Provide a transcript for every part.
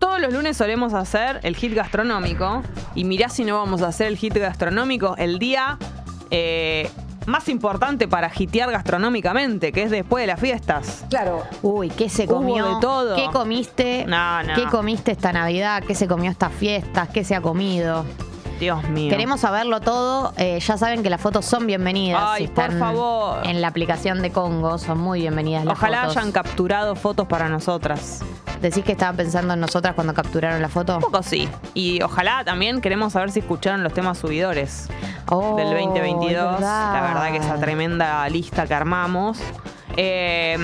todos los lunes solemos hacer el hit gastronómico. Y mirá si no vamos a hacer el hit gastronómico el día eh, más importante para hitear gastronómicamente, que es después de las fiestas. Claro. Uy, ¿qué se Hubo comió? de todo. ¿Qué comiste? No, no. ¿Qué comiste esta Navidad? ¿Qué se comió estas fiestas? ¿Qué se ha comido? Dios mío. Queremos saberlo todo. Eh, ya saben que las fotos son bienvenidas. Ay, si están por favor. En la aplicación de Congo son muy bienvenidas las Ojalá fotos. hayan capturado fotos para nosotras. Decís que estaban pensando en nosotras cuando capturaron la foto. Un poco sí. Y ojalá también queremos saber si escucharon los temas subidores Oh, del es 2022. verdad. La verdad que esa tremenda lista que armamos. Eh,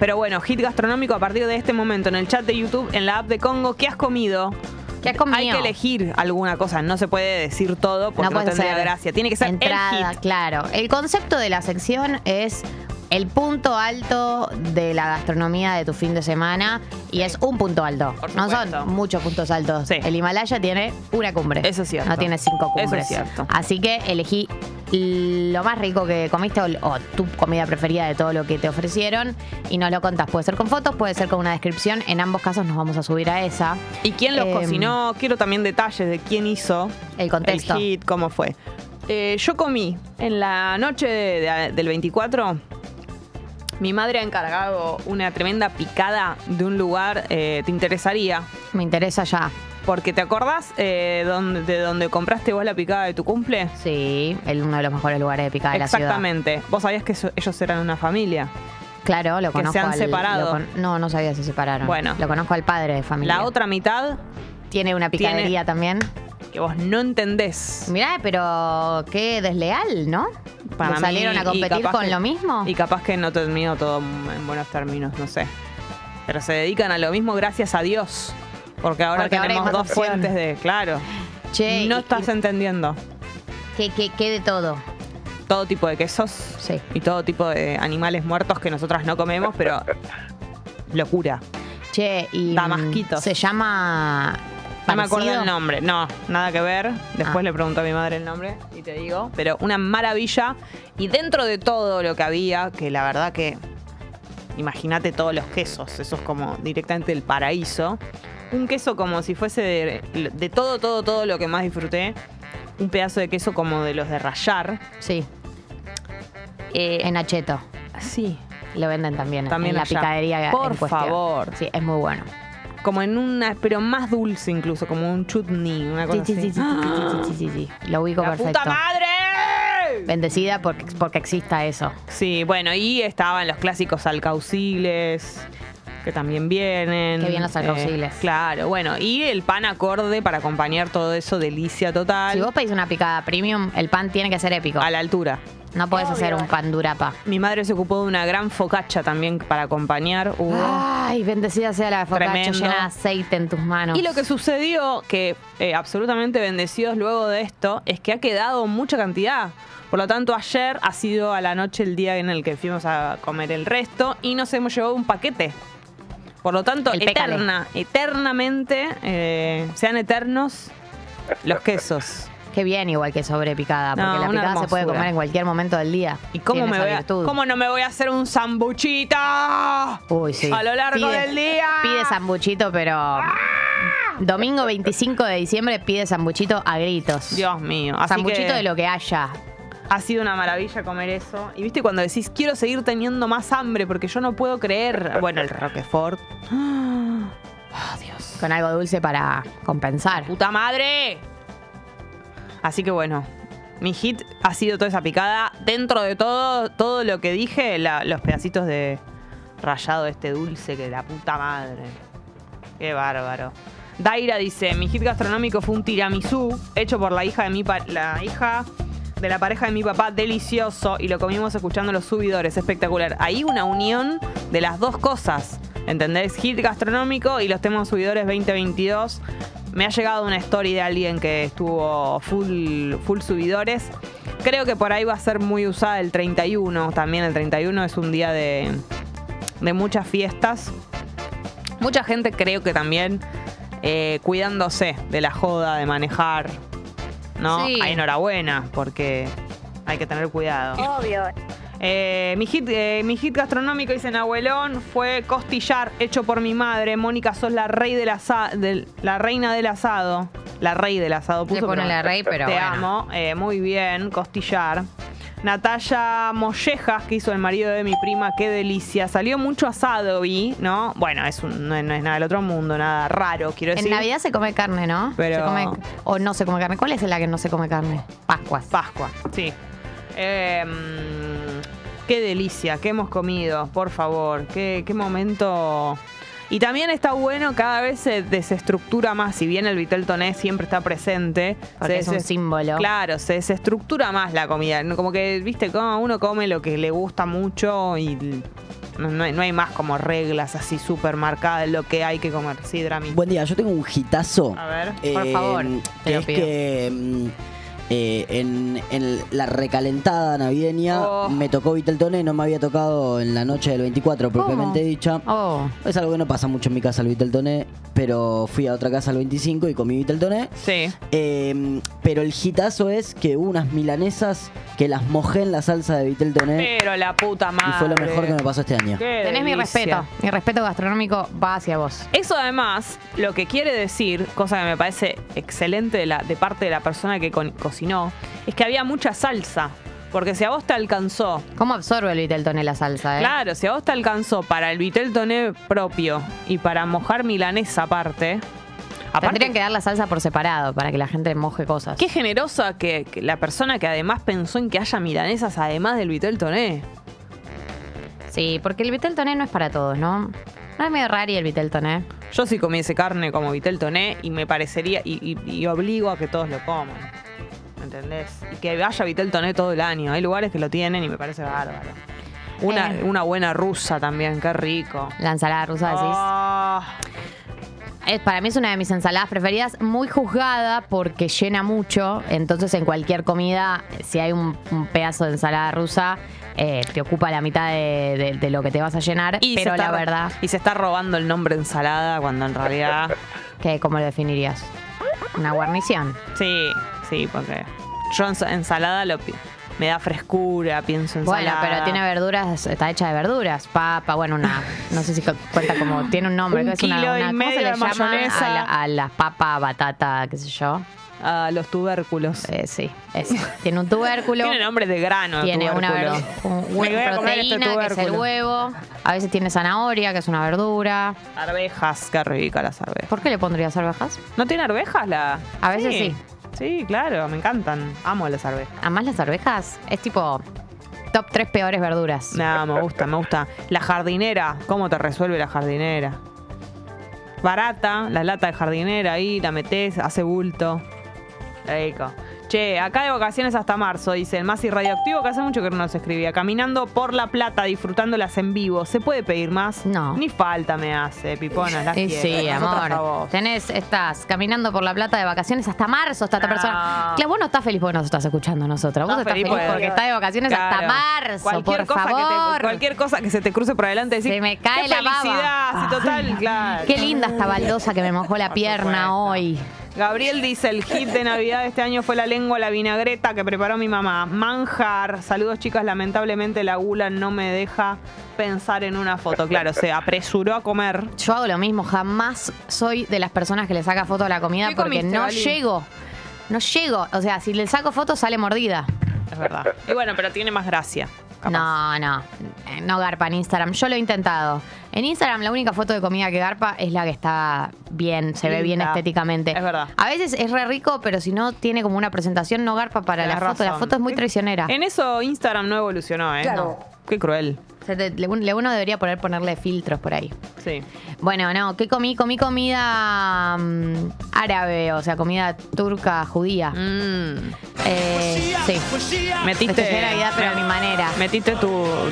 pero bueno, hit gastronómico a partir de este momento en el chat de YouTube, en la app de Congo. ¿Qué has comido? ¿Qué has comido? Hay que elegir alguna cosa. No se puede decir todo porque no, puede tendría ser gracia. Tiene que ser el entrada, hit. claro. El concepto de la sección es el punto alto de la gastronomía de tu fin de semana y es un punto alto. Por No supuesto. son muchos puntos altos. Sí. El Himalaya tiene una cumbre. Eso es cierto. No tiene cinco Eso es cumbres. cierto. Así que elegí lo más rico que comiste o, o tu comida preferida de todo lo que te ofrecieron y nos lo contás. Puede ser con fotos, puede ser con una descripción. En ambos casos nos vamos a subir a esa. ¿Y quién los Em, cocinó? Quiero también detalles de quién hizo El contexto. el hit, cómo fue. Eh, yo comí en la noche de- de- del 24. Mi madre ha encargado una tremenda picada de un lugar. eh, ¿Te interesaría? Me interesa ya. Porque te acordás eh, donde- de donde compraste vos la picada de tu cumple. Sí, el, uno de los mejores lugares de picada de Ah, la ciudad. Exactamente. Vos sabías que eso- ellos eran una familia. Claro, lo Que conozco. se han al- separado. lo con- no, no sabía si se separaron. Bueno. Lo conozco al padre de familia. La otra mitad Tiene una tiene- picadería también. que vos no entendés. Mirá, pero qué desleal, ¿no? Para ¿Le mí, salieron a y competir capaz con que- lo mismo. Y capaz que no terminó todo en buenos términos, no sé. Pero se dedican a lo mismo gracias a Dios. Porque ahora Porque ahora hay tenemos más dos opción. fuentes de, claro. Che, no y- estás entendiendo. y- que, que- que de todo. Todo tipo de quesos Sí. y todo tipo de animales muertos que nosotras no comemos, pero locura. Che, y. mm, Damasquitos. Se llama. No me acuerdo parecido. el nombre, no, nada que ver. Después Ah. le pregunto a mi madre el nombre y te digo. Pero una maravilla. Y dentro de todo lo que había, que la verdad que. Imagínate todos los quesos, eso es como directamente el paraíso. Un queso como si fuese de, de todo, todo, todo lo que más disfruté. Un pedazo de queso como de los de rayar. Sí. en Acheto. Sí. Lo venden también. Eh, También en la allá. picadería. Por en cuestión. favor. Sí, es muy bueno. Como en una, pero más dulce incluso, como un chutney, una Sí, cosa sí, sí, sí, así. ¡Ah! sí, sí, sí, sí, sí, sí. Lo ubico ¡La perfecto. puta madre! Bendecida porque, porque exista eso. Sí, bueno, y estaban los clásicos alcauciles, que también vienen. eh, Qué bien los alcauciles. claro, bueno, y el pan acorde para acompañar todo eso, delicia total. Si vos pedís una picada premium, el pan tiene que ser épico. a la altura. No podés hacer un pan durapa. Mi madre se ocupó de una gran focacha también para acompañar. Hugo. Ay, bendecida sea la focaccia Tremendo. llena de aceite en tus manos. Y lo que sucedió, que eh, absolutamente bendecidos luego de esto, es que ha quedado mucha cantidad. Por lo tanto, ayer ha sido a la noche el día en el que fuimos a comer el resto y nos hemos llevado un paquete. Por lo tanto, El pécale. eterna, eternamente, eh, sean eternos los quesos. Qué bien igual que sobre picada, porque No, la una picada se puede hermosura. comer en cualquier momento del día. ¿Y cómo, Tiene me esa voy a- virtud. cómo no me voy a hacer un sambuchita? Uy, sí. A lo largo Pide- del día. Ah. Pide sambuchito, pero... Domingo 25 de diciembre pide sambuchito a gritos. Dios mío. Así Sambuchito que- de lo que haya. Ha sido una maravilla comer eso. Y viste cuando decís, quiero seguir teniendo más hambre porque yo no puedo creer. Bueno, el Roquefort. Ah, Dios. Con algo dulce para compensar. ¡Puta madre! Así que bueno, mi hit ha sido toda esa picada. Dentro de todo, todo lo que dije, la- los pedacitos de rayado de este dulce que la puta madre. Qué bárbaro. Daira dice, mi hit gastronómico fue un tiramisú hecho por la hija de mi pa- la hija de la pareja de mi papá, delicioso, y lo comimos escuchando los subidores, espectacular. Ahí una unión de las dos cosas, ¿entendés? Hit gastronómico y los temas subidores 2022. Me ha llegado una story de alguien que estuvo full, full subidores. Creo que por ahí va a ser muy usada el 31, también el 31 es un día de, de muchas fiestas. Mucha gente creo que también eh, cuidándose de la joda, de manejar, ¿no? Sí. Ay, Enhorabuena, porque hay que tener cuidado. Obvio. Eh, mi, hit, eh, mi hit gastronómico, dicen abuelón, fue costillar hecho por mi madre. Mónica, sos la, rey del asa- del- la reina del asado. La rey del asado. Le pone la rey, pero Te bueno. amo. Eh, muy bien, costillar. Natalia Mollejas, que hizo el marido de mi prima, qué delicia. Salió mucho asado, vi, ¿no? Bueno, es un- no, es- no es nada del otro mundo, nada raro, quiero En decir. Navidad se come carne, ¿no? Pero- Se come- o no se come carne. ¿Cuál es la que no se come carne? Pascuas. Pascua, sí. Eh, mm, qué delicia, qué hemos comido, por favor, qué, qué momento. Y también está bueno, cada vez se desestructura más, si bien el vitel toné siempre está presente. Porque se es un deses- símbolo. Claro, se desestructura más la comida. No, Como que, viste, como uno come lo que le gusta mucho y l- no, no hay, no hay más como reglas así súper marcadas de lo que hay que comer. Sí, Drami. Buen día, yo tengo un hitazo. eh, A ver. Por favor, te Que lo es pido. que mm, eh, en, en la recalentada navideña Oh. me tocó Viteltoné, no me había tocado en la noche del 24 ¿Cómo? propiamente dicha. Oh, Es algo que no pasa mucho en mi casa el Viteltoné, pero fui a otra casa el 25 y comí Viteltoné. Sí. Eh, pero el hitazo es que hubo unas milanesas que las mojé en la salsa de Viteltoné Pero la puta madre. eh, y fue lo mejor que me pasó este año. Qué tenés mi delicia. respeto. Mi respeto gastronómico va hacia vos. Eso además lo que quiere decir, cosa que me parece excelente de, la, de parte de la persona que co- cocinó, es que había mucha salsa. Porque si a vos te alcanzó, ¿Cómo absorbe el Vitelton en la salsa, eh? claro, si a vos te alcanzó para el vitel toné propio y para mojar milanesa aparte, Tendrían aparte que dar la salsa por separado para que la gente moje cosas. qué generosa que, que la persona que además pensó en que haya milanesas además del vitel toné. Sí, porque el Vitel Toné no es para todos, ¿no? No es medio raro el Vitel Toné. Yo si comiese carne como vitel toné y me parecería y, y- y obligo a que todos lo coman. ¿Me entendés? Y que haya vitel toné todo el año. Hay lugares que lo tienen y me parece bárbaro. Una, Eh. una buena rusa también, qué rico. La ensalada rusa, decís. Ah, Es, para mí es una de mis ensaladas preferidas, muy juzgada porque llena mucho. Entonces, en cualquier comida, si hay un, un pedazo de ensalada rusa, eh, te ocupa la mitad de, de- de lo que te vas a llenar. se pero está- la verdad, Y se está robando el nombre ensalada cuando en realidad. que ¿cómo lo definirías? Una guarnición. sí, sí, porque yo ens- ensalada lo pi- me da frescura, pienso Bueno, ensalada. pero tiene verduras, está hecha de verduras, papa, bueno, una, no sé si co- cuenta como, tiene un nombre, Un que es una, kilo y una- ¿cómo medio se le de llama mayonesa. a, la- a las papas, batata, qué sé yo? Ah, los tubérculos. Eh, sí, eso. tiene un tubérculo. Tiene nombre de grano. Tiene una, Ah, tubérculo. verdu- un- Me voy una a comer este proteína, que es el tubérculo. huevo. A veces tiene zanahoria, que es una verdura. Arvejas, qué rica las arvejas. ¿Por qué le pondrías arvejas? ¿No tiene arvejas la? A veces sí. Sí, claro, me encantan. Amo las arvejas. Además, las arvejas es tipo top tres peores verduras. No, me gusta, me gusta. La jardinera, ¿cómo te resuelve la jardinera? Barata, la lata de jardinera ahí, la metes, hace bulto. Rico. Che, acá de vacaciones hasta marzo, dice el Masi Radioactivo, que hace mucho que no nos escribía. Caminando por La Plata, disfrutándolas en vivo. ¿Se puede pedir más? No. Ni falta me hace, Pipona. Las Y quiero. sí, Nosotras a amor. vos. Tenés, estás caminando por la plata de vacaciones hasta marzo, está esta No. persona. Claro, vos no estás feliz porque nos estás escuchando nosotros. Vos estás feliz, porque estás de vacaciones hasta Claro. marzo, Cualquier por cosa Que favor. te, cualquier cosa que se te cruce por adelante decís, Se me cae "Qué la baba". Ah. felicidad, sí, total, claro. Qué linda esta baldosa que me mojó la Por pierna supuesto. hoy. Gabriel dice, el hit de Navidad de este año fue la lengua, a la vinagreta que preparó mi mamá. Manjar, saludos chicas, lamentablemente la gula no me deja pensar en una foto. Claro, se apresuró a comer. Yo hago lo mismo, jamás soy de las personas que le saca foto a la comida ¿Qué porque comiste, no Vali? llego. No llego. O sea, si le saco foto sale mordida. Es verdad. Y bueno, pero tiene más gracia. capaz. No, no. Eh, No garpa en Instagram. Yo lo he intentado. En Instagram la única foto de comida que garpa es la que está bien, se ve bien Linda. estéticamente. Es verdad. A veces es re rico, pero si no tiene como una presentación, no garpa para la Tenés foto. La razón. foto es muy traicionera. En eso Instagram no evolucionó, ¿eh? Claro. Qué cruel. Se te- le- le uno debería poder ponerle filtros por ahí. Sí. Bueno, no, ¿qué comí? Comí comida mm, árabe, o sea, comida turca, judía. Mm. Eh, sí. Metiste. Festejé Navidad, pero a mi manera. Metiste tu,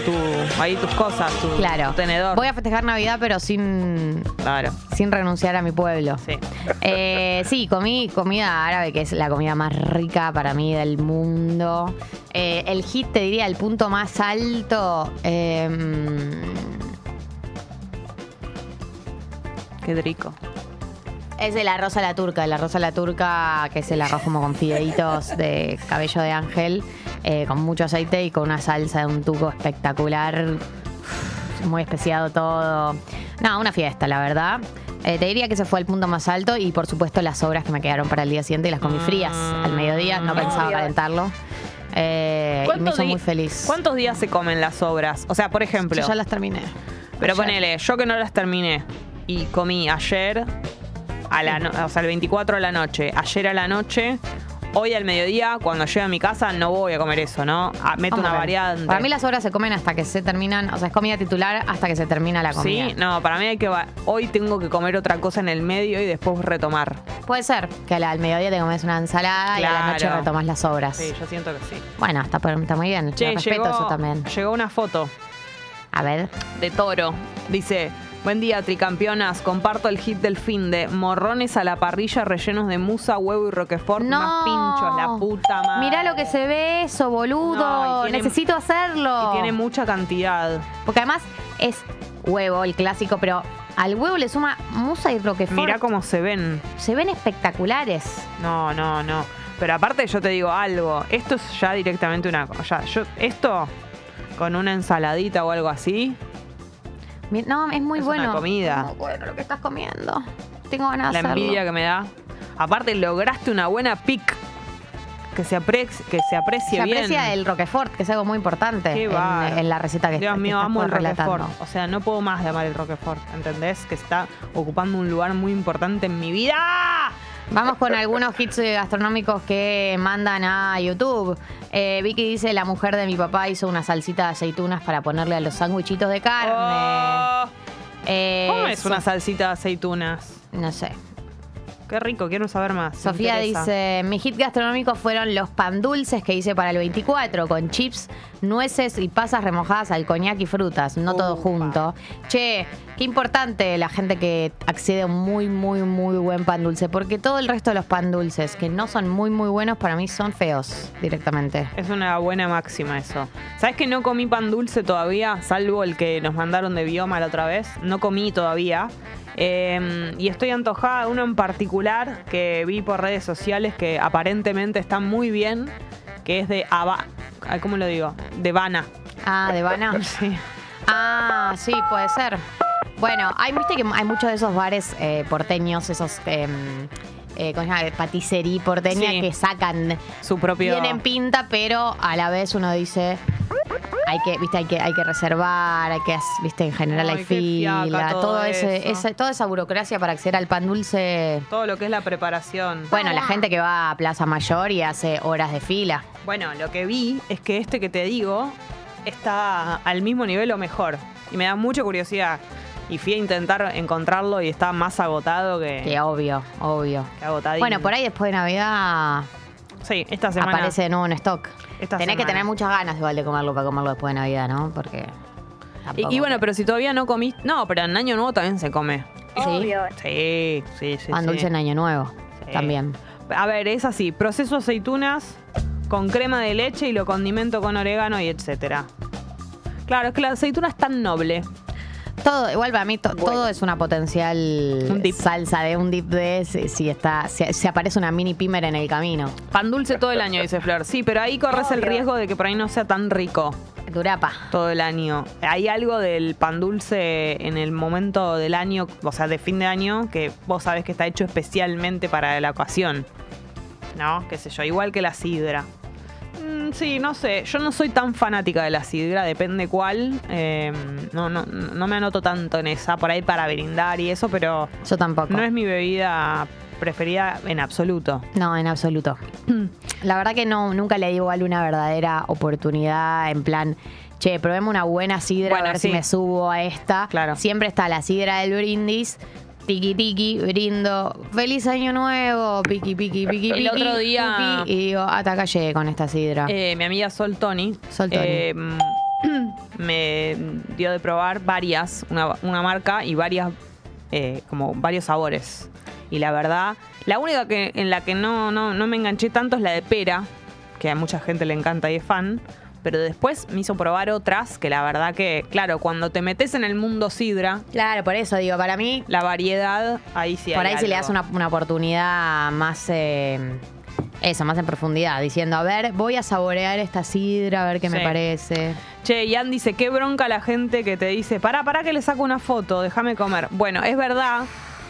tu- ahí tus cosas, tu, Claro. tu tenedor. Voy a festejar Navidad, pero sin, Claro, sin renunciar a mi pueblo. sí. Eh, sí, comí comida árabe, que es la comida más rica para mí del mundo. Eh, el hit, te diría, el punto más alto. em, Qué rico. Es el arroz a la turca, el arroz a la turca, que es el arroz como con fideitos de cabello de ángel, eh, con mucho aceite y con una salsa de un tuco espectacular. Uf, Muy especiado todo. No, una fiesta, la verdad. Eh, te diría que ese fue el punto más alto y por supuesto las sobras que me quedaron para el día siguiente y las comí frías al mediodía, no Mm. pensaba Obvio. calentarlo. Eh, y me ¿Cuántos hizo di- muy feliz. ¿Cuántos días se comen las obras? O sea, por ejemplo, Yo ya las terminé. pero ayer. ponele, yo que no las terminé y comí ayer, a la no- o sea, el 24 a la noche, ayer a la noche, hoy al mediodía, cuando llegue a mi casa no voy a comer eso, ¿no? Ah, meto Vamos una a ver. variante. Para mí las obras se comen hasta que se terminan, o sea, es comida titular hasta que se termina la comida. Sí, no, para mí hay que... va- Hoy tengo que comer otra cosa en el medio y después retomar. Puede ser que a la- al mediodía te comes una ensalada y a la noche Claro. retomas las obras. Sí, yo siento que sí. Bueno, está, por- está muy bien. Che, Lo respeto llegó, eso también. llegó una foto A ver. de Toro. Dice, buen día tricampeonas, comparto el hit del fin de morrones a la parrilla rellenos de musa, huevo y roquefort, No. más pinchos, la puta madre. Mirá lo que se ve eso, boludo. No, y tiene- Necesito hacerlo. Y tiene mucha cantidad. Porque además es huevo, el clásico, pero al huevo le suma musa y roquefort. Mirá cómo se ven. Se ven espectaculares. No, no, no. Pero aparte yo te digo algo, esto es ya directamente una cosa. Yo, esto con una ensaladita o algo así, Mi- No, es muy Es bueno. una comida. Es muy bueno lo que estás comiendo. Tengo ganas de la hacerlo. envidia que me da. Aparte lograste una buena pic que se, apre- que se aprecie Se bien. aprecia el roquefort, que es algo muy importante Qué en, bárbaro. en la receta que, Dios que mío, estás amo el relatando. Roquefort. O sea, no puedo más de amar el Roquefort, ¿entendés? Que está ocupando un lugar muy importante en mi vida. Vamos con algunos hits eh, gastronómicos que mandan a YouTube. Eh, Vicky dice, la mujer de mi papá hizo una salsita de aceitunas para ponerle a los sándwichitos de carne. Oh, Eh, ¿Cómo es So- una salsita de aceitunas? No sé. Qué rico, quiero saber más. me Sofía interesa. dice, mi hit gastronómico fueron los pan dulces que hice para el 24, con chips, nueces y pasas remojadas al coñac y frutas, no todo Upa. junto. Che, qué importante la gente que accede a un muy, muy, muy buen pan dulce, porque todo el resto de los pan dulces que no son muy, muy buenos, para mí son feos directamente. Es una buena máxima eso. ¿Sabes que no comí pan dulce todavía? Salvo el que nos mandaron de bioma la otra vez. No comí todavía. Eh, y estoy antojada de uno en particular que vi por redes sociales que aparentemente está muy bien, que es de Ava. ay, ¿Cómo lo digo? De Habana. Ah, de banana. Sí. Ah, sí, puede ser. Bueno, hay, viste que hay muchos de esos bares eh, porteños, esos eh, eh, ¿cómo se llama? patisería porteña Sí. que sacan, Su propio. tienen pinta, pero a la vez uno dice, hay que, viste, hay que, hay que reservar, hay que, as- viste, en general Ay, hay qué fila, fiaca todo, todo ese, eso. ese- toda esa burocracia para acceder al pan dulce. Todo lo que es la preparación. Bueno, la gente que va a Plaza Mayor y hace horas de fila. Bueno, lo que vi es que este que te digo está al mismo nivel o mejor. Y me da mucha curiosidad. Y fui a intentar encontrarlo y está más agotado que, Que obvio, obvio. que agotadín. Bueno, por ahí después de Navidad Sí, esta semana. aparece de nuevo en stock. Esta Tenés que semana. tener muchas ganas igual de comerlo para comerlo después de Navidad, ¿no? Porque. Y, y bueno, pero si todavía no comiste. No, pero en Año Nuevo también se come. Sí. Obvio. Sí, sí, sí. Pan sí. Ah, dulce en Año Nuevo Sí. también. A ver, es así: proceso aceitunas con crema de leche y lo condimento con orégano y etcétera. Claro, es que la aceituna es tan noble. Todo, igual para mí to- todo es una potencial Un dip. salsa de un dip de si, si está, si, si aparece una mini pimer en el camino. Pan dulce todo el año, dice Flor. Sí, pero ahí corres el riesgo de que por ahí no sea tan rico Durapa. todo el año. Hay algo del pan dulce en el momento del año, o sea, de fin de año, que vos sabés que está hecho especialmente para la ocasión. ¿No? Qué sé yo, igual que la sidra. Mm, sí, no sé. Yo no soy tan fanática de la sidra, depende cuál. Eh, no, no, no me anoto tanto en esa, por ahí para brindar y eso, pero Yo tampoco. no es mi bebida preferida en absoluto. No, en absoluto. La verdad que no, nunca le di igual una verdadera oportunidad en plan, che, probemos una buena sidra Bueno, a ver sí. si me subo a esta. Claro. Siempre está la sidra del brindis. Tiki tiki, brindo, feliz año nuevo, piqui piqui piqui El piqui, otro día- piqui, y digo, "Ah, hasta acá llegué con esta sidra. Eh, mi amiga Sol Tony, Sol Tony. eh, me dio de probar varias, una, una marca y varias, eh, como varios sabores. Y la verdad, la única que, en la que no, no, no me enganché tanto es la de pera, que a mucha gente le encanta y es fan. Pero después me hizo probar otras que la verdad que, claro, cuando te metes en el mundo sidra, Claro, por eso digo, para mí, la variedad, ahí sí por hay ahí si le das algo. una, una oportunidad más. eh, eso, más en profundidad, diciendo, a ver, voy a saborear esta sidra, a ver qué me Sí. parece. Che, Ian dice, qué bronca la gente que te dice, pará, pará que le saco una foto, déjame comer. Bueno, es verdad,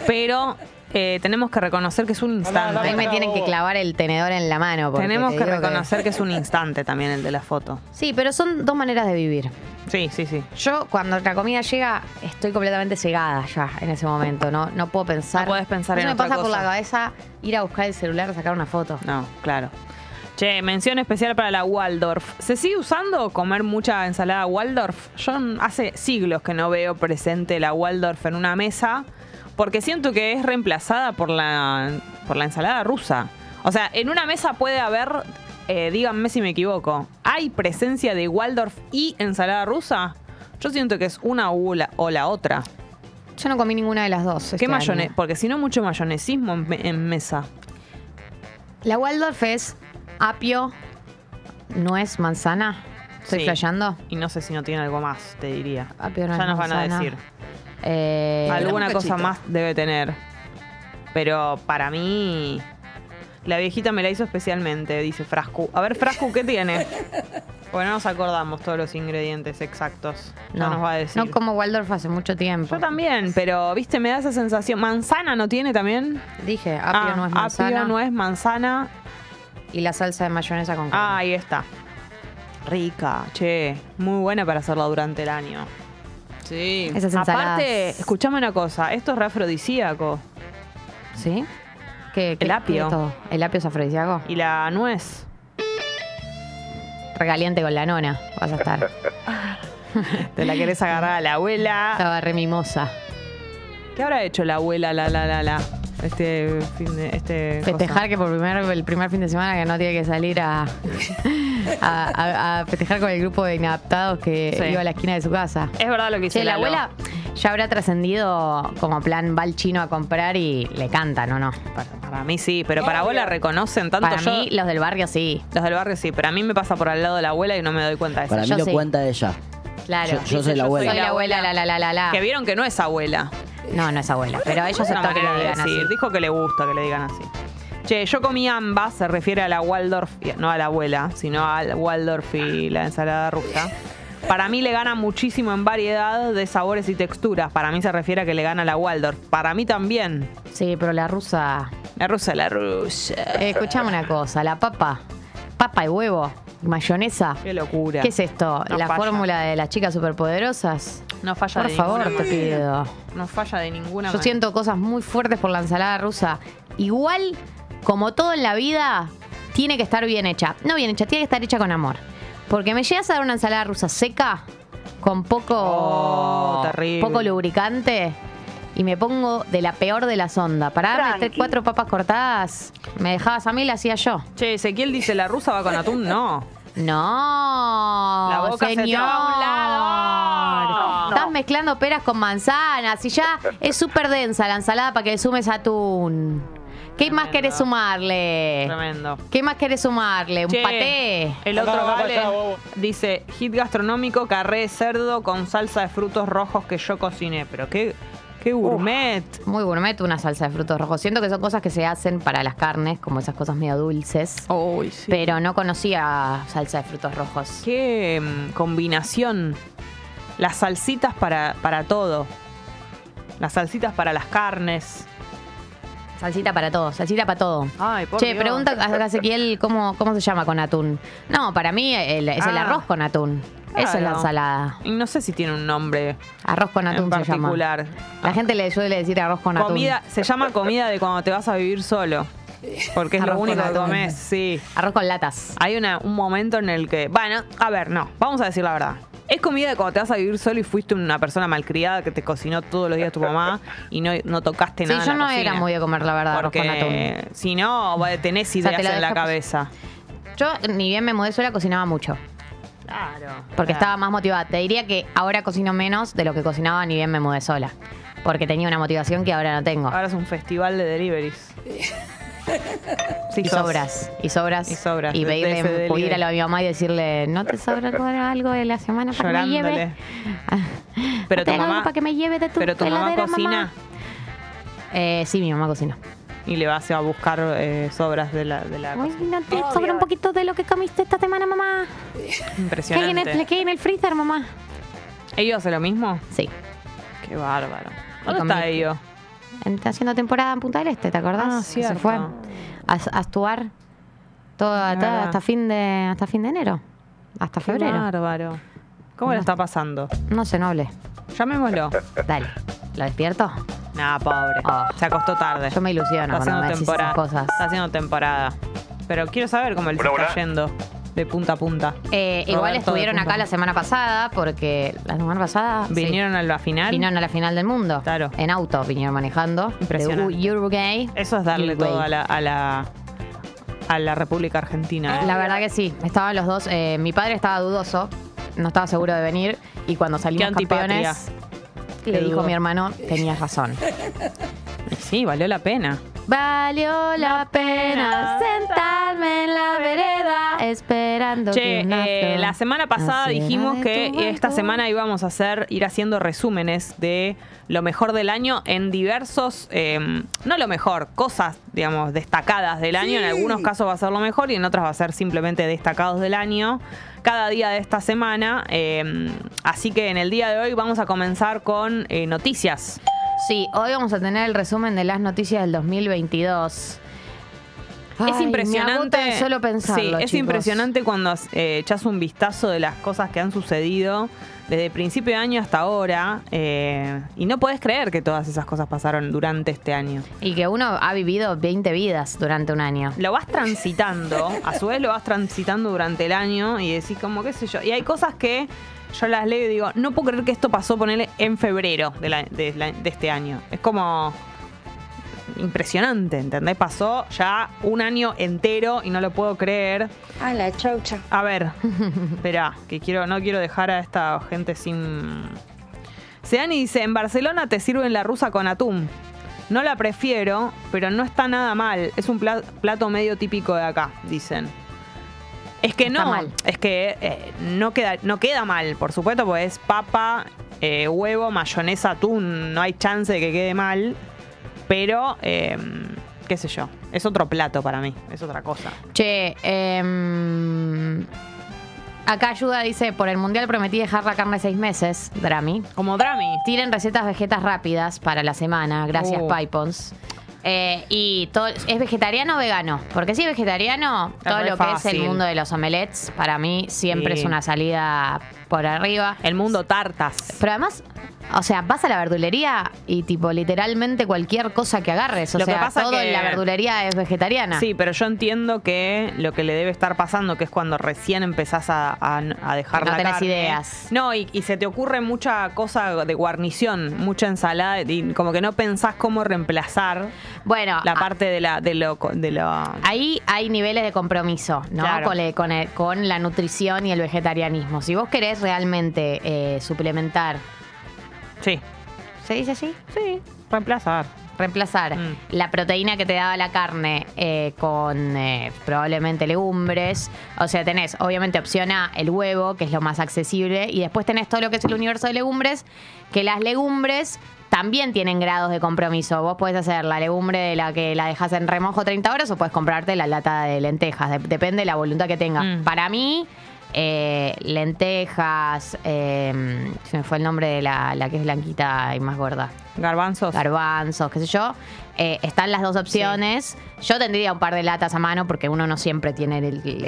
pero eh, tenemos que reconocer que es un A mí instante. me tienen que clavar el tenedor en la mano. porque Tenemos te que digo reconocer que es un instante también el de la foto. Sí, pero son dos maneras de vivir. Sí, sí, sí. Yo, cuando la comida llega, estoy completamente cegada ya en ese momento. No, no puedo pensar. No podés pensar No se en me otra pasa por cosa. la cabeza ir a buscar el celular, sacar una foto. No, claro. Che, mención especial para la Waldorf. ¿Se sigue usando comer mucha ensalada Waldorf? Yo n- hace siglos que no veo presente la Waldorf en una mesa porque siento que es reemplazada por la, por la ensalada rusa. O sea, en una mesa puede haber, eh, díganme si me equivoco, ¿hay presencia de Waldorf y ensalada rusa? Yo siento que es una u la- o la otra. Yo no comí ninguna de las dos. ¿Qué este mayonesa? año. Porque si no, mucho mayonesismo en, me- en mesa. La Waldorf es apio, nuez, manzana. ¿Estoy Sí. flasheando? Y no sé si no tiene algo más, te diría. Apio, ya nuez, nos van a manzana. decir. Eh, Alguna un cosa cachito. más debe tener. Pero para mí, la viejita me la hizo especialmente, dice Frascu. A ver, Frascu, ¿qué tiene? Bueno, no nos acordamos todos los ingredientes exactos. No, nos va a decir. No como Waldorf hace mucho tiempo. Yo también, pero viste, me da esa sensación. ¿Manzana no tiene también? Dije, apio, Ah, nuez, manzana. apio, nuez, manzana. Y la salsa de mayonesa con Ah, carne. ahí está. Rica, che. Muy buena para hacerla durante el año. Sí. Esas ensaladas. Aparte, escuchame una cosa. Esto es re afrodisíaco. ¿Sí? ¿Qué, qué- El apio. qué es todo? ¿El apio es afrodisíaco? Y la nuez. Regaliente con la nona vas a estar. Te la querés agarrar a la abuela. Estaba re mimosa. ¿Qué habrá hecho la abuela, la, la, la, la? Este fin de. Este Festejar que por primer, el primer fin de semana que no tiene que salir a, a, a- a festejar con el grupo de inadaptados que Sí. iba a la esquina de su casa. cosa. Es verdad lo que hice Che, la abuela ya habrá trascendido como plan va al chino a comprar y le canta, ¿no? no. Para, para mí sí, pero para abuela reconocen tanto Para yo. mí, los del barrio sí. los del barrio sí, pero a mí me pasa por al lado de la abuela y no me doy cuenta de eso. Para mí Yo lo sí. cuenta ella. Claro. Yo- yo soy la Soy abuela. la abuela, la, la, la, la, la. Que vieron que no es abuela. No, no es abuela, pero ella Es una aceptó que manera le de digan así. decir. Dijo que le gusta que le digan así. Che, yo comí ambas, se refiere a la Waldorf, y- no a la abuela, sino a la Waldorf y la ensalada rusa. Para mí le gana muchísimo en variedad de sabores y texturas. Para mí se refiere a que le gana la Waldorf. Para mí también. Sí, pero la rusa La rusa, la rusa. Eh, escuchame una cosa, la papa, papa y huevo, mayonesa. Qué locura. ¿Qué es esto? No ¿La falla. fórmula de las chicas superpoderosas? No falla Por de favor, te ninguna manera. pido. No falla de ninguna Yo manera. siento cosas muy fuertes por la ensalada rusa. Igual, como todo en la vida, tiene que estar bien hecha. No bien hecha, tiene que estar hecha con amor. Porque me llegas a dar una ensalada rusa seca, con poco, Oh, terrible. poco lubricante, y me pongo de la peor de las ondas. Para darme tres, cuatro papas cortadas, me dejabas a mí y la hacía yo. Che, Ezequiel dice, ¿la rusa va con atún? No. No, La boca se señor. te va a un lado. Estás mezclando peras con manzanas y ya es súper densa la ensalada para que le sumes atún. ¿Qué más Tremendo. querés sumarle? Tremendo. ¿Qué más querés sumarle? ¿Un Che, paté? El otro vale dice hit gastronómico carré de cerdo con salsa de frutos rojos que yo cociné. Pero qué, qué gourmet. Muy gourmet, una salsa de frutos rojos. Siento que son cosas que se hacen para las carnes, como esas cosas medio dulces. Uy, sí. Pero no conocía salsa de frutos rojos. Qué mm, combinación. Las salsitas para, para todo. Las salsitas para las carnes. Salsita para todo, salsita para todo. Ay, por Che, Dios. pregunta a a Ezequiel ¿cómo, cómo se llama con atún. No, para mí el- es el Ah. arroz con atún. Eso es la Claro. ensalada. Y no sé si tiene un nombre Arroz con en atún se llama. particular. La gente le suele decir arroz con Comida, atún. se llama comida de cuando te vas a vivir solo. Porque es Arroz lo con único que atún. comes, sí. Arroz con latas. Hay una- un momento en el que. Bueno, a ver, no, vamos a decir la verdad. Es comida de cuando te vas a vivir solo y fuiste una persona malcriada que te cocinó todos los días tu mamá y no, no tocaste Sí, nada. yo en la no era cocina. muy de comer, la verdad, arroz con atún. Porque si no, va- tenés sea, ideas te la en la deja- cabeza. Yo, ni bien me mudé sola, cocinaba mucho. Claro. Porque estaba más motivada. Te diría que ahora cocino menos de lo que cocinaba ni bien me mudé sola. Porque tenía una motivación que ahora no tengo. Ahora es un festival de deliveries. Sí, Y sos. sobras, y sobras. Y sobras, Y de- de ese pedirle, delivery. o ir a, la- a mi mamá y decirle, ¿no te sobra algo- algo de la semana para que me lleve? Llorándole. Pero ¿No tu tenés algo mamá- para que me lleve de tu Pero tu mamá heladera, cocina Eh, sí, mi mamá cocina. y le vas a buscar eh, sobras de la, de la Uy, cocina. ¿no te sobra un poquito de lo que comiste esta semana, mamá? ¿Qué hay, en el, Impresionante. qué hay en el freezer, mamá? ¿Ellos hacen lo mismo? Sí. Qué bárbaro. ¿Dónde conmigo. está ellos? Está haciendo temporada en Punta del Este, ¿te acordás? Ah, Que se cierto. fue a, a actuar toda- Es toda- verdad. hasta, fin de, hasta fin de enero. Hasta Qué febrero. Mm. bárbaro. ¿Cómo le está pasando? No se no hable. Llamémoslo. Dale. ¿Lo despierto? Nada, pobre. Ah. Se acostó tarde. Yo me ilusiono Está cuando haciendo me decís esas temporada. cosas. Está haciendo temporada. Pero quiero saber cómo les Hola, está hola. yendo de punta a punta. Eh, igual Roberto de estuvieron Punta acá la Punta. semana pasada porque la semana pasada sí, Vinieron a la final. vinieron a la final del mundo. Claro. En auto vinieron manejando. Impresionante. Eh, De U- Uruguay. Eso es darle Uruguay. todo a la, a la, a la República Argentina. ¿eh? La verdad que sí, estaban los dos. eh, mi padre estaba dudoso, no estaba seguro de venir. Y cuando salimos Qué antipatria. campeones, Qué le dijo dudó. mi hermano, tenías razón. Sí, valió la pena. Valió la pena sentarme en la vereda esperando Che, que una eh, flor la semana pasada naciera dijimos de que eh, tu esta balcón. semana íbamos a hacer, ir haciendo resúmenes de lo mejor del año en diversos, eh, no lo mejor, cosas, digamos, destacadas del año. En algunos casos va a ser lo mejor y en otras va a ser simplemente destacados del año. Cada día de esta semana. eh, así que en el día de hoy vamos a comenzar con eh, noticias. Sí, hoy vamos a tener el resumen de las noticias del 2022. Ay, es impresionante. Me agota de solo pensarlo, Sí, es chicos. impresionante cuando eh, echas un vistazo de las cosas que han sucedido desde el principio de año hasta ahora. eh, y no puedes creer que todas esas cosas pasaron durante este año. Y que uno ha vivido 20 vidas durante un año. Lo vas transitando, a su vez lo vas transitando durante el año y decís, como qué sé yo. Y hay cosas que yo las leo y digo, no puedo creer que esto pasó, ponele, en febrero de, la- de la- de este año. Es como. Impresionante, ¿entendés? Pasó ya un año entero y no lo puedo creer. A la chaucha. A ver, espera, que quiero, no quiero dejar a esta gente sin. Seani dice: En Barcelona te sirven la rusa con atún. No la prefiero, pero no está nada mal. Es un pla- plato medio típico de acá, dicen. Es que Está no, mal. es que eh, no, queda, no queda mal, por supuesto, porque es papa, eh, huevo, mayonesa, atún. No hay chance de que quede mal, pero eh, qué sé yo. Es otro plato para mí, es otra cosa. Che, em, acá ayuda, dice, por el mundial prometí dejar la carne seis meses, Drami. Como Drami. Tiren recetas vegetas rápidas para la semana, gracias Oh. Pipons. Eh, y todo, ¿es vegetariano o vegano? Porque si es vegetariano, Es todo re lo que es fácil. el mundo de los omelets, para mí siempre Sí. es una salida por arriba. El mundo tartas. Pero además, o sea, vas a la verdulería y tipo literalmente cualquier cosa que agarres. O Lo que sea, pasa todo que- en la verdulería es vegetariana. Sí, pero yo entiendo que lo que le debe estar pasando, que es cuando recién empezás a, a- a dejar No la tenés carne. ideas. No, y, y se te ocurre mucha cosa de guarnición, mucha ensalada, y como que no pensás cómo reemplazar Bueno, la a- parte de la, de lo co- de la- ahí hay niveles de compromiso, ¿no? Claro. Con, el- con el- con la nutrición y el vegetarianismo. Si vos querés realmente eh, suplementar, Sí, ¿se dice así? sí, reemplazar. Reemplazar Mm. la proteína que te daba la carne eh, con eh, probablemente legumbres. O sea, tenés obviamente opción A, el huevo, que es lo más accesible. Y después tenés todo lo que es el universo de legumbres, que las legumbres también tienen grados de compromiso. Vos podés hacer la legumbre de la que la dejas en remojo 30 horas o puedes comprarte la lata de lentejas. Dep- depende de la voluntad que tengas. Mm. Para mí... eh, lentejas, eh, se me fue el nombre de la, la que es blanquita y más gorda Garbanzos. garbanzos, qué sé yo. Eh, están las dos opciones. Yo tendría un par de latas a mano porque uno no siempre tiene el-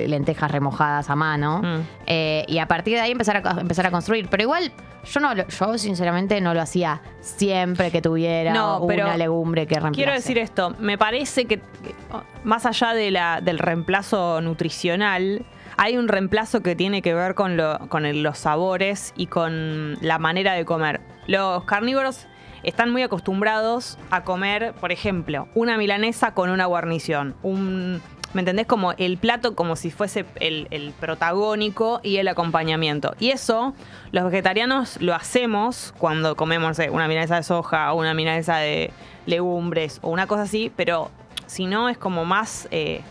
el- lentejas remojadas a mano. Mm. Eh, y a partir de ahí empezar a, co- empezar a construir. Pero igual, yo no lo- yo sinceramente no lo hacía siempre que tuviera No, pero una legumbre que reemplace. Quiero decir esto, me parece que que, oh, más allá de la, del reemplazo nutricional, hay un reemplazo que tiene que ver con, lo- con el- los sabores y con la manera de comer. Los carnívoros están muy acostumbrados a comer, por ejemplo, una milanesa con una guarnición, un... ¿Me entendés? Como el plato, como si fuese el, el protagónico y el acompañamiento. Y eso, los vegetarianos lo hacemos cuando comemos no sé, una milanesa de soja o una milanesa de, legumbres o una cosa así, pero sino es como más, eh,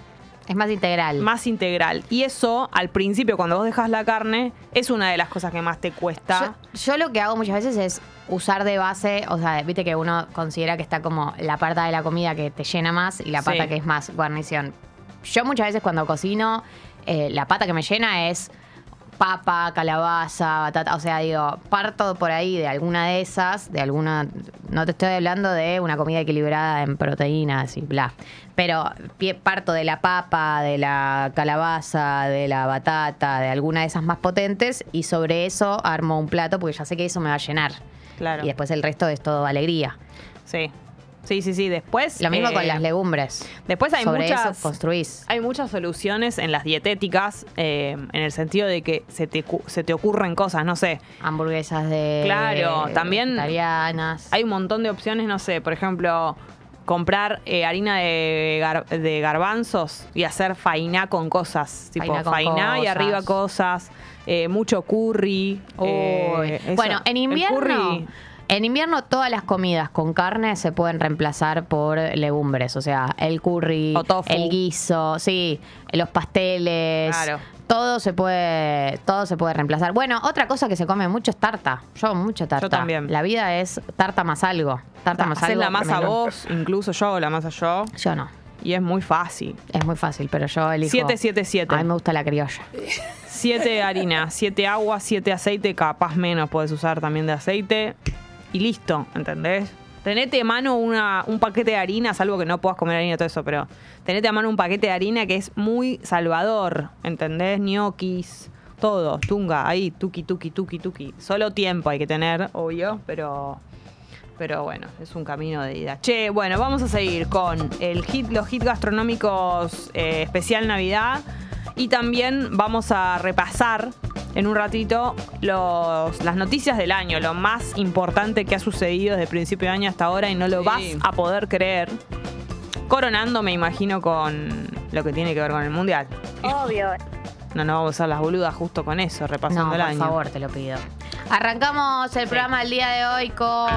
Es más integral. más integral. Y eso, al principio, cuando vos dejas la carne, es una de las cosas que más te cuesta. Yo, yo lo que hago muchas veces es usar de base, o sea, viste que uno considera que está como la parte de la comida que te llena más y la Sí. pata que es más guarnición. Yo muchas veces cuando cocino, eh, la pata que me llena es papa, calabaza, batata, o sea, digo, parto por ahí de alguna de esas, de alguna, no te estoy hablando de una comida equilibrada en proteínas y bla, pero pie- parto de la papa, de la calabaza, de la batata, de alguna de esas más potentes y sobre eso armo un plato porque ya sé que eso me va a llenar. Claro. Y después el resto es todo alegría. Sí. Sí, sí, sí. Después. Lo mismo eh, con las legumbres. Después hay sobre muchas. eso construís. Hay muchas soluciones en las dietéticas, eh, en el sentido de que se te, cu- se te ocurren cosas, no sé. Hamburguesas de Claro, también vegetarianas. Hay un montón de opciones, no sé, por ejemplo, comprar eh, harina de, gar- de garbanzos y hacer fainá con cosas. Tipo, Fainá con fainá y cosas. arriba cosas, eh, mucho curry. Uy. eh, eso. bueno, en El invierno. curry- En invierno todas las comidas con carne se pueden reemplazar por legumbres, o sea, el curry, O tofu. el guiso, sí, los pasteles, Claro. todo se puede, todo se puede reemplazar. Bueno, otra cosa que se come mucho es tarta. Yo hago mucha tarta. también. La vida es tarta más algo, tarta más Hacés algo. la masa remelo. vos, incluso yo hago la masa yo, Yo no. y es muy fácil. Es muy fácil, pero yo elijo. 777. A mí me gusta la criolla. Siete harina, siete agua, siete aceite, capaz menos puedes usar también de aceite. Y listo, ¿entendés? Tenete a mano una, un paquete de harina, salvo que no puedas comer harina y todo eso, pero tenete a mano un paquete de harina que es muy salvador, ¿entendés? Ñoquis, todo, tunga, ahí, tuki, tuki, tuki, tuki. Solo tiempo hay que tener, obvio, pero, pero bueno, es un camino de ida. Che, bueno, vamos a seguir con el hit, los hits gastronómicos eh, especial Navidad. Y también vamos a repasar en un ratito los, las noticias del año, lo más importante que ha sucedido desde principio de año hasta ahora y no lo Sí. vas a poder creer. Coronando, me imagino, con lo que tiene que ver con el Mundial. Obvio. No nos vamos a usar las boludas justo con eso, repasando No, el por año. favor, te lo pido. Arrancamos el programa del día de hoy con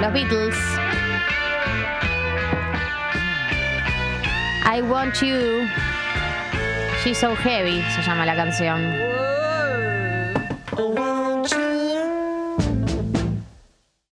los Beatles. I want you. She's so heavy, se llama la canción. Wow.